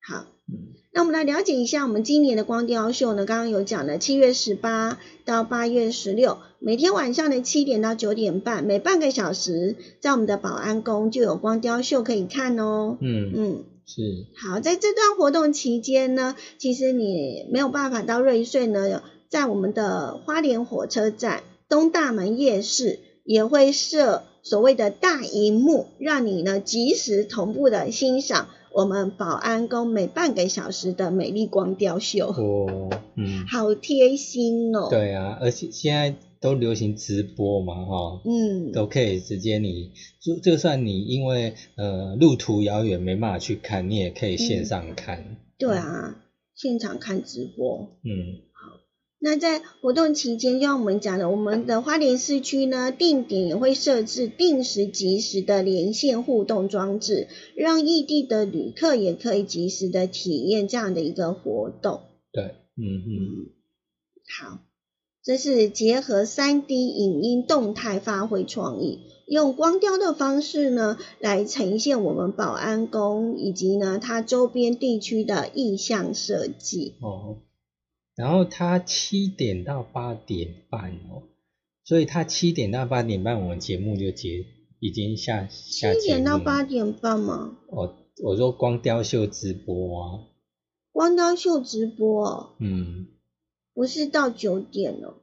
C: 好，
B: 嗯
C: 那我们来了解一下我们今年的光雕秀呢，刚刚有讲了，七月十八到八月十六，每天晚上的七点到九点半，每半个小时，在我们的保安宫就有光雕秀可以看哦。
B: 嗯，
C: 嗯，
B: 是，
C: 好，在这段活动期间呢，其实你没有办法到瑞穗呢，在我们的花莲火车站东大门夜市也会设所谓的大荧幕，让你呢及时同步的欣赏我们保安宫每半个小时的美丽光雕秀，
B: 哦，嗯，
C: 好贴心哦。，
B: 对啊，而且现在都流行直播嘛，哈、
C: 嗯，
B: 都可以直接你，就就算你因为呃路途遥远没办法去看，你也可以
C: 嗯
B: 线上看，
C: 对啊，现场看直播。
B: 嗯
C: 那在活动期间，就像我们讲的，我们的花莲市区呢，定点也会设置定时及时的连线互动装置，让异地的旅客也可以及时的体验这样的一个活动。
B: 对，嗯嗯，
C: 嗯，好，这是结合 3D 影音动态发挥创意，用光雕的方式呢来呈现我们保安宫以及呢它周边地区的意象设计。
B: 哦，然后它七点到八点半哦，所以它七点到八点半我们节目就结已经下下
C: 七
B: 节
C: 点
B: 目
C: 到
B: 了
C: 八点半嘛。
B: 我我说光雕秀直播啊，
C: 光雕秀直播、哦，
B: 嗯，
C: 不是到九点哦，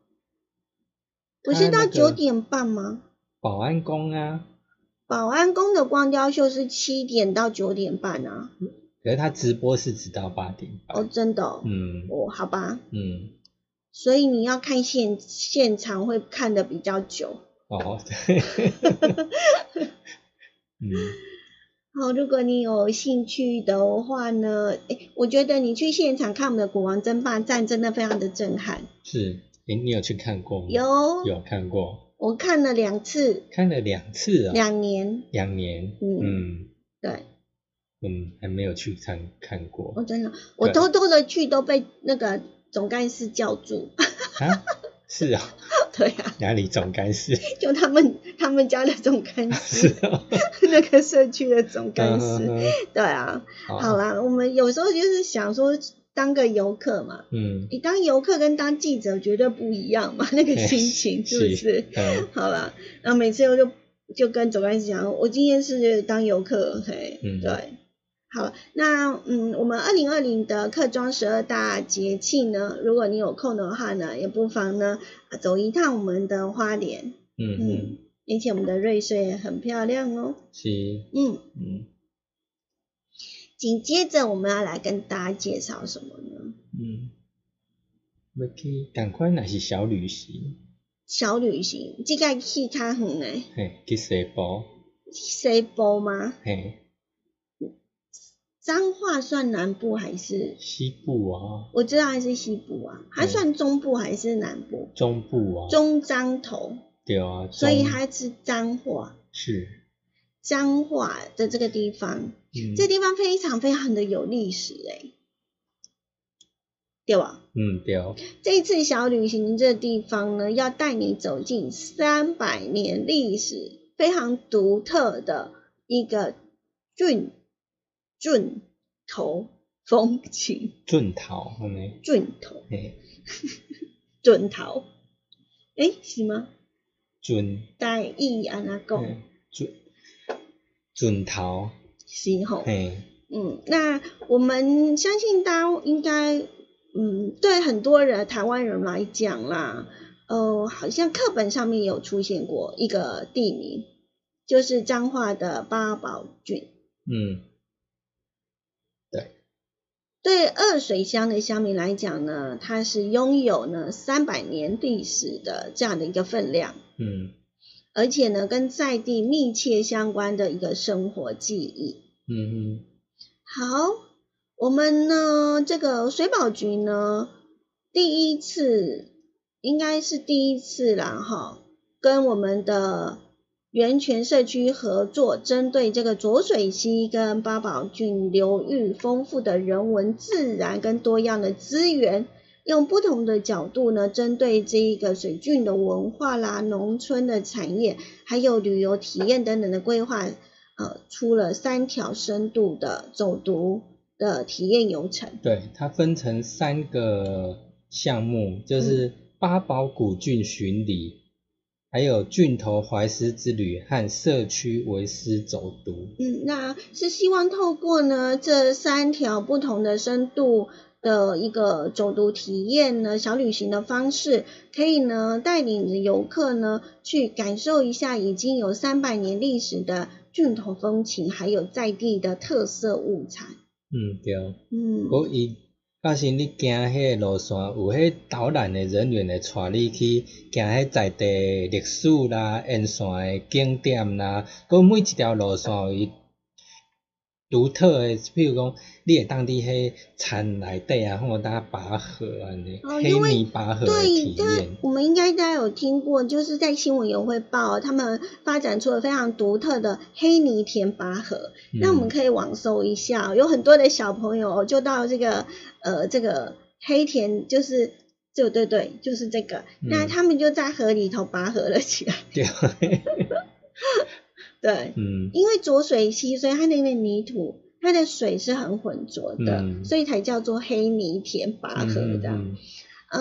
C: 不
B: 它
C: 是
B: 那
C: 到
B: 个
C: 九点半吗？
B: 保安宫啊，
C: 保安宫的光雕秀是七点到九点半啊。
B: 可是他直播是直到八点半，
C: 哦，真的哦，
B: 嗯
C: 哦，好吧，
B: 嗯，
C: 所以你要看现现场会看的
B: 哦
C: 比较久。
B: 哦，对，嗯
C: 好，如果你有兴趣的话呢，诶，我觉得你去现场看我们的古王争霸战，真的非常的震撼。
B: 是，你你有去看过吗？
C: 有，
B: 有看过，
C: 我看了两次，
B: 看了两次啊、
C: 两年，
B: 两年，
C: 嗯
B: 嗯
C: 对，
B: 嗯，还没有去看看
C: 我
B: 过
C: 哦真的，我
B: 对
C: 偷偷的去都被那个总干事叫住。
B: 啊，是啊，
C: 对啊，
B: 哪里总干 事
C: 就他们他们家的总干
B: 是
C: 事，
B: 啊，
C: 那个社区的总干事。
B: 嗯
C: 对啊，好
B: 啊，
C: 啦，我们有时候就是想说当个游客嘛，
B: 嗯，
C: 你当游客跟当记者绝对不一样嘛，那个心情是 不是？
B: 嗯
C: 好啦，然后每次我就就跟总干事讲，我今天是当游客，嘿，
B: 嗯
C: 对。好，那嗯，我们二零二零的客庄十二大节气呢，如果你有空的话呢，也不妨呢啊走一趟我们的花莲，
B: 嗯
C: 嗯
B: 嗯，，
C: 而且我们的瑞穗也很漂亮哦，
B: 是，
C: 嗯。
B: 嗯
C: 紧接着我们要来跟大家介绍什么呢？
B: 嗯，要去赶快那是小旅行，
C: 小旅行，这个去较远诶，
B: 嘿，去西部，
C: 西部吗？
B: 嘿，
C: 彰化算南部还是？
B: 西部啊，
C: 我知道还是西部啊，它
B: 嗯
C: 算中部还是南部？
B: 中部啊，
C: 中彰头，
B: 对啊，
C: 所以
B: 中
C: 它是彰化，
B: 是，
C: 彰化的这个地方，
B: 嗯
C: 这地方非常非常的有历史诶、对吧？
B: 嗯对哦，
C: 这一次小旅行这地方呢，要带你走进三百年历史非常独特的一个郡郡头风情，
B: 俊头，安尼，
C: 郡头
B: 嘿，
C: 郡头，诶，是吗？
B: 俊，
C: 大意安那讲
B: 嘿俊，俊头，
C: 是吼，
B: 嘿，
C: 嗯，那我们相信大家应该，嗯，对很多人台湾人来讲啦，呃，好像课本上面有出现过一个地名，就是彰化的八宝郡。
B: 嗯
C: 对二水乡的乡民来讲呢，它是拥有呢三百年历史的这样的一个分量，
B: 嗯
C: 而且呢跟在地密切相关的一个生活记忆。
B: 嗯嗯，
C: 好，我们呢这个水保局呢，第一次应该是第一次啦哈，跟我们的源泉社区合作，针对这个浊水溪跟八宝郡流域丰富的人文、自然跟多样的资源。用不同的角度呢，针对这一个水郡的文化啦、农村的产业，还有旅游体验等等的规划，呃，出了三条深度的走读的体验游程。
B: 对，它分成三个项目，就是八宝古郡巡礼，还有郡头怀师之旅和社区为师走读。
C: 嗯，那是希望透过呢这三条不同的深度的一个走读体验呢，小旅行的方式，可以呢带领游客呢去感受一下已经有三百年历史的郡头风情，还有在地的特色物产。
B: 嗯，对哦。
C: 嗯，
B: 不过伊到时你行迄个路线，有迄导览的人员会带你去行迄在地的历史啦、沿线的景点啦，佮每一条路线有伊独特的，比如讲，你会当伫迄田内底啊，或当拔河安尼，
C: 哦
B: 黑
C: 因为
B: 泥拔河的
C: 对，
B: 体
C: 但
B: 验。
C: 我们应该大家有听过，就是在新闻也会报，他们发展出了非常独特的黑泥田拔河。那我们
B: 嗯
C: 可以网搜一下哦，有很多的小朋友就到这个呃这个黑田，就是就对对，就是这个，那
B: 嗯
C: 他们就在河里头拔河了起来。
B: 对，
C: 对，
B: 嗯
C: 因为浊水溪，所以它那个泥土。它的水是很浑浊的，
B: 嗯
C: 所以才叫做黑泥田拔河
B: 嗯
C: 这样。
B: 嗯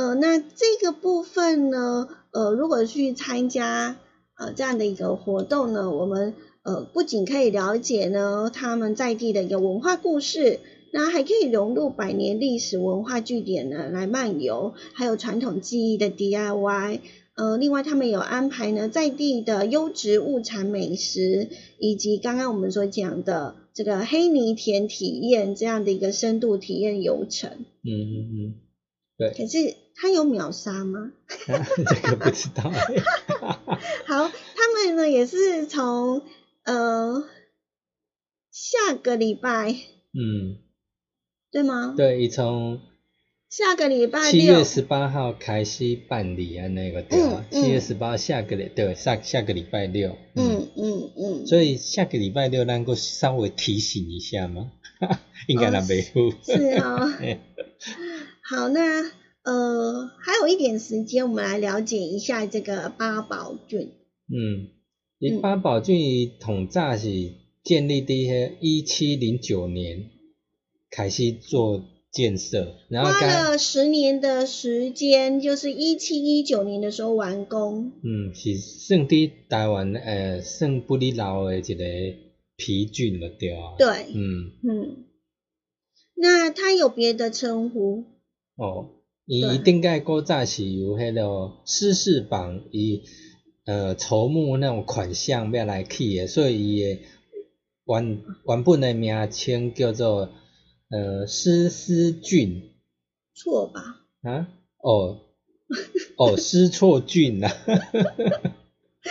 C: 呃，那这个部分呢，呃，如果去参加呃这样的一个活动呢，我们呃不仅可以了解呢他们在地的一个文化故事，那还可以融入百年历史文化据点呢来漫游，还有传统技艺的 DIY。呃，另外他们有安排呢在地的优质物产美食，以及刚刚我们所讲的这个黑泥田体验这样的一个深度体验游程。
B: 嗯嗯
C: 可是他有秒杀吗？
B: 嗯，这个不知道。
C: 好，他们呢也是从呃下个礼拜
B: 嗯，
C: 对吗？
B: 对，伊从
C: 下个礼拜
B: 七
C: 啊六
B: 月，十八号开始办理啊，那个对啊，
C: 嗯嗯
B: 七月十八下个礼对下下个礼拜六，嗯，
C: 嗯嗯嗯，
B: 所以下个礼拜六能够稍微提醒一下吗？ 应该
C: 哦
B: 那没有，
C: 是哦。 好，那呃，还有一点时间，我们来了解一下这个八宝郡。
B: 嗯，伊八宝郡伊统早是建立伫迄一七零九年开始做建设，然后
C: 花
B: 刚
C: 了十年的时间，就是一七一九年的时候完工。
B: 嗯是算伫台湾呃算不哩老的一个皮郡了对啊，
C: 对，
B: 嗯
C: 嗯，那它有别的称呼，
B: 哦，伊
C: 对
B: 伊顶个古早是有迄个诗事榜伊呃筹募那种款项要来起的，所以伊的原原本的名称叫做呃诗思郡。
C: 错吧？
B: 啊，哦，哦， 失错菌啊，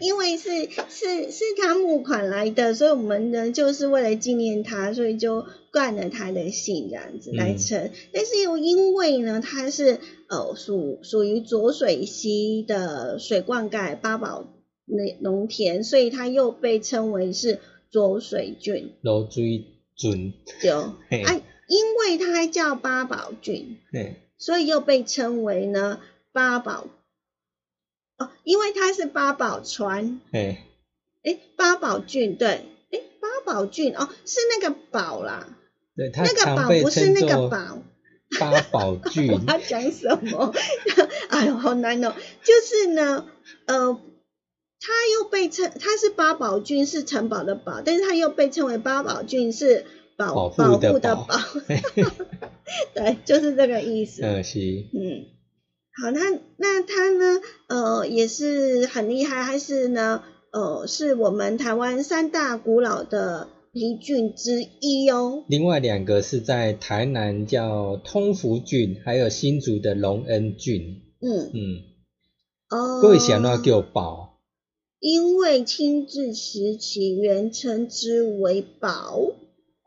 C: 因为是是是他募款来的，所以我们呢就是为了纪念他，所以就冠了他的姓这样子
B: 嗯
C: 来称。但是又因为呢，它是呃属属于浊水溪的水灌溉八宝那农田，所以它又被称为是浊水郡。
B: 楼水准，
C: 就
B: 嘿
C: 啊，因为它叫八宝郡，
B: 嘿，
C: 所以又被称为呢八宝。哦，因为它是八宝川，
B: 嘿，
C: 诶，八宝郡对，诶，八宝郡哦，是那个宝啦，
B: 对，它
C: 那个
B: 常
C: 宝
B: 被
C: 不是
B: 称
C: 那个
B: 作
C: 宝，
B: 八宝郡，
C: 我要讲什么？ 哎呦，好难哦。就是呢，呃，它又被称它是八宝郡，是城堡的堡，但是它又被称为八宝郡，是
B: 保
C: 保
B: 护的
C: 护的
B: 保
C: 保。 对，就是这个意思。
B: 呃，是，
C: 嗯，好，那那他呢？呃，也是很厉害，还是呢？呃，是我们台湾三大古老的皮郡之一哦。
B: 另外两个是在台南叫通福郡，还有新竹的隆恩郡，
C: 嗯，
B: 嗯，
C: 哦，
B: 各位想要叫宝，
C: 因为清治时期原称之为堡，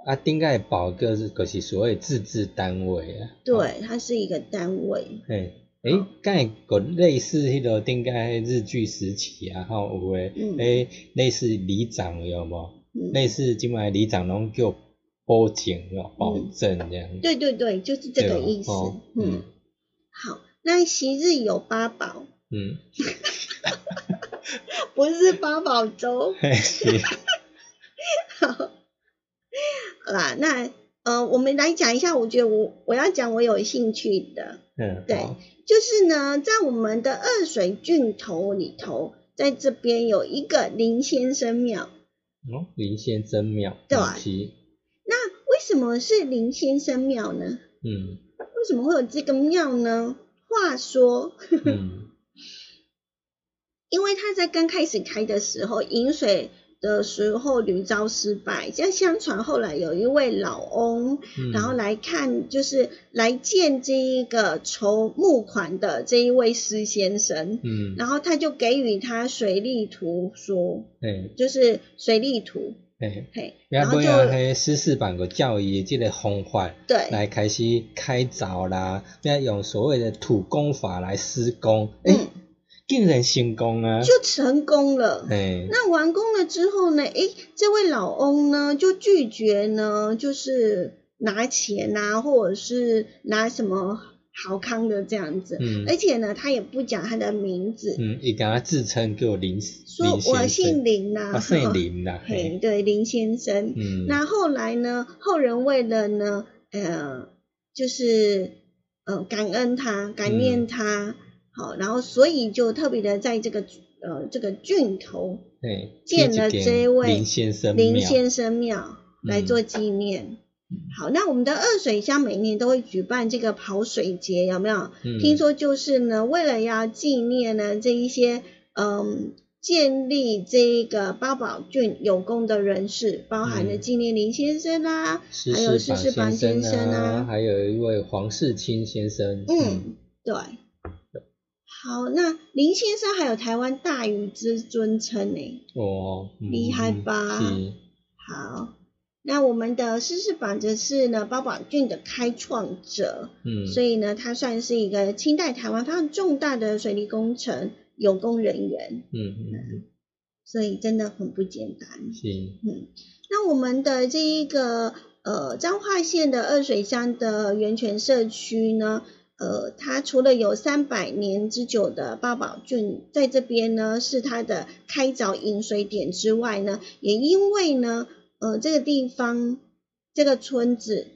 B: 啊，顶个宝就是就是所谓自治单位啊，哦，
C: 对，它是一个单位。
B: 嘿。诶，敢会个类似迄个顶个日据时期啊，吼有诶，
C: 嗯
B: 诶类似里长有无？
C: 嗯，
B: 类似今摆里长拢叫保警哦，保证这样。
C: 嗯对对对，就是这个意思。
B: 哦
C: 嗯，好，那昔日有八宝，
B: 嗯，
C: 不是八宝粥。
B: 嘿是，
C: 好啦，那呃，我们来讲一下，我觉得我我要讲我有兴趣的，
B: 嗯，
C: 对
B: 好
C: 就是呢，在我们的二水郡头里头，在这边有一个林先生庙。
B: 哦，林先生庙，
C: 对
B: 嗯是，
C: 那为什么是林先生庙呢？
B: 嗯
C: 为什么会有这个庙呢？话说，
B: 嗯，
C: 因为他在刚开始开的时候，引水的时候屡遭失败，这样相传后来有一位老翁，
B: 嗯
C: 然后，来看，就是来见这一个筹募款的这一位施先生，
B: 嗯，
C: 然后他就给予他水利图说，
B: 嘿，
C: 就是水利图，
B: 嘿，
C: 嘿，
B: 要
C: 然后
B: 不
C: 就
B: 要迄十四版个教育的这个方法
C: 对
B: 啊来开始开凿啦，要用所谓的土工法来施工，诶
C: 嗯，
B: 竟然成功啊！
C: 就成功了。
B: 嘿，
C: 那完工了之后呢？诶，这位老翁呢就拒绝呢，就是拿钱啊，或者是拿什么好康的这样子，
B: 嗯
C: 而且呢，他也不讲他的名字，
B: 嗯，伊甲他自称叫林，林
C: 说
B: 先
C: 我
B: 生
C: 姓，林啊呐、
B: 我哦姓林啦，
C: 嘿，
B: 嘿，
C: 对，林先生。
B: 嗯，
C: 那后来呢？后人为了呢，呃，就是呃感恩他，感
B: 嗯
C: 念他，好，然后所以就特别的在这个呃这个郡头
B: 嘿
C: 见
B: 去一
C: 了
B: 间
C: 这位
B: 林先生
C: 林
B: 庙嗯
C: 先生庙来做纪念。好，那我们的二水乡每年都会举办这个跑水节，有没有？
B: 嗯
C: 听说就是呢，为了要纪念呢这一些嗯建立这一个八宝郡有功的人士，包含了
B: 嗯
C: 纪念林先生啊啦、
B: 施
C: 还有
B: 世
C: 施世
B: 榜
C: 榜
B: 先
C: 先生啊嗯
B: 还有一位黄世清先生，
C: 嗯，对。好，那林先生还有台湾大禹之尊称呢。
B: 哦，嗯
C: 厉害吧
B: 是，
C: 好，那我们的诗事榜则是呢包宝俊的开创者，
B: 嗯，
C: 所以呢，他算是一个清代台湾非常重大的水利工程有功人员，
B: 嗯嗯
C: 所以真的很不简单。
B: 是，
C: 嗯，那我们的这一个呃彰化县的二水乡的源泉社区呢，呃，它除了有三百年之久的八宝郡在这边呢是它的开凿引水点之外呢，也因为呢，呃，这个地方这个村子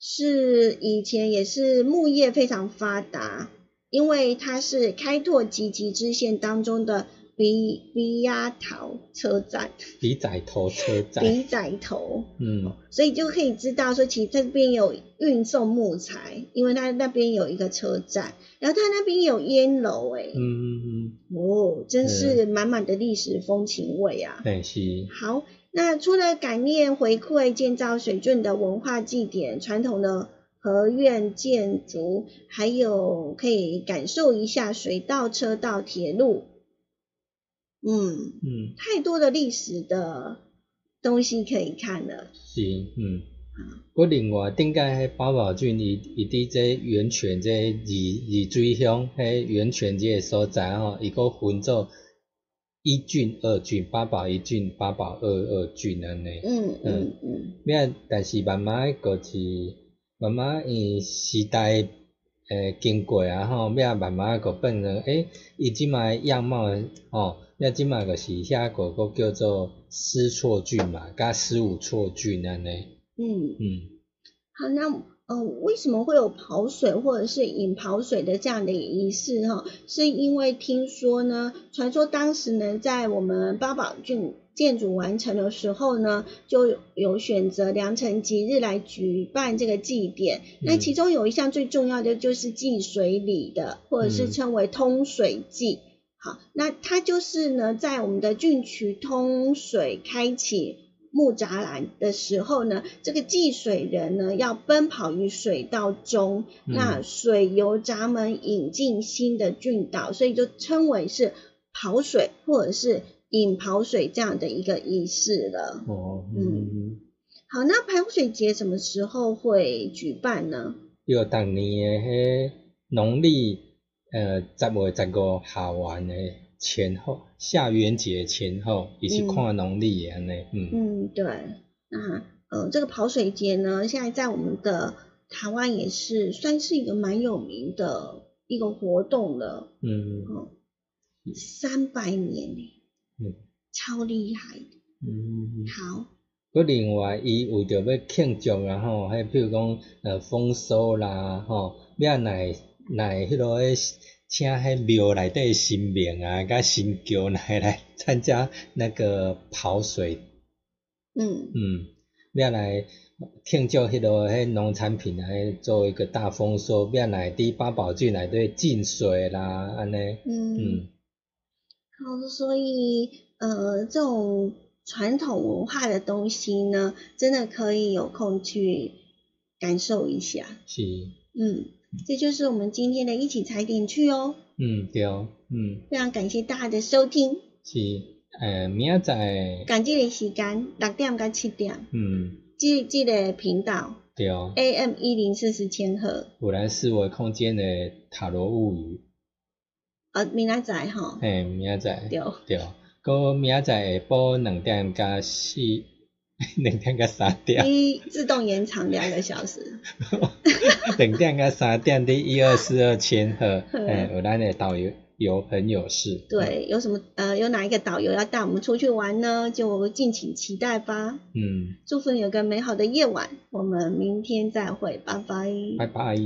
C: 是以前也是牧业非常发达，因为它是开拓集集支线当中的比比亚桃车站。
B: 比仔头车站，
C: 笔仔头，
B: 嗯
C: 所以就可以知道说，其实这边有运送木材，因为它那边有一个车站，然后它那边有烟楼、欸，哎、
B: 嗯嗯嗯，
C: 哦，真是满满的历史风情味啊！
B: 对是，
C: 好，那除了感念回馈建造水圳的文化祭典、传统的河院建筑，还有可以感受一下水道、车道、铁路，嗯，
B: 嗯
C: 太多的历史的东西可以看了。
B: 是，嗯。我另外顶届迄八宝郡伊伊伫这源泉这二二水乡迄源泉这个所在吼，伊佫分做一郡二郡，八宝一郡，八宝二二郡安尼。
C: 嗯嗯嗯，
B: 咩？但是慢慢就是慢慢因时代诶、经过啊吼，咩慢慢个变成诶，伊即卖样貌吼，咩即卖就是遐个个叫做丝错菌嘛，甲十五错菌安尼，
C: 嗯，
B: 嗯，
C: 好，那呃，为什么会有跑水或者是引跑水的这样的仪式哈？是因为听说呢，传说当时呢，在我们八宝郡建筑完成的时候呢，就有选择良辰吉日来举办这个祭典。那
B: 嗯
C: 其中有一项最重要的就是祭水礼的，或者是
B: 嗯
C: 称为通水祭。好，那它就是呢，在我们的郡渠通水开启木栅栏的时候呢，这个祭水人呢要奔跑于水道中，
B: 嗯
C: 那水由闸门引进新的郡岛，所以就称为是跑水或者是引跑水这样的一个仪式了。
B: 哦，
C: 嗯
B: 嗯，
C: 好，那排水节什么时候会举办呢？
B: 要逐年诶迄农历呃十月十五下元诶前后，下元节前后，伊是
C: 嗯
B: 看农历诶安尼，嗯，
C: 嗯，对，那呃，这个跑水节呢，现在在我们的台湾也是算是一个蛮有名的一个活动了，
B: 嗯
C: 哦，三百年呢，
B: 嗯
C: 超厉害的。
B: 嗯。
C: 好，
B: 佮另外，伊为着要庆祝啊吼，迄比如讲呃丰收啦吼，要来来迄落迄请迄庙内底的神明啊，甲神轿来来参加那个跑水，
C: 嗯
B: 嗯，要来庆祝迄落迄农产品来做一个大丰收，要来伫八宝郡内底进水啦，安尼，
C: 嗯，
B: 嗯
C: 好，所以呃，这种传统文化的东西呢，真的可以有空去感受一下。
B: 是，
C: 嗯，这就是我们今天的一起踩点去哦。
B: 嗯对，嗯
C: 非常感谢大家的收听，
B: 是，呃明仔载，
C: 感激的时间六点到七点，
B: 嗯
C: 这这个频道
B: 对。
C: AM 一零四四千赫，
B: 果然是我空间的塔罗物语，
C: 呃，明仔载吼，
B: 嘿，明仔载
C: 对，
B: 对，搁明仔载下晡两点加四， 两点加三点，
C: 你自动延长两个小时。
B: 两点加三点的一二四二千 赫，
C: 嗯
B: 嘿，有咱的导游有朋友是，
C: 对，有什么呃，有哪一个导游要带我们出去玩呢？就敬请期待吧。
B: 嗯，
C: 祝福你有个美好的夜晚，我们明天再会，拜拜。
B: 拜拜。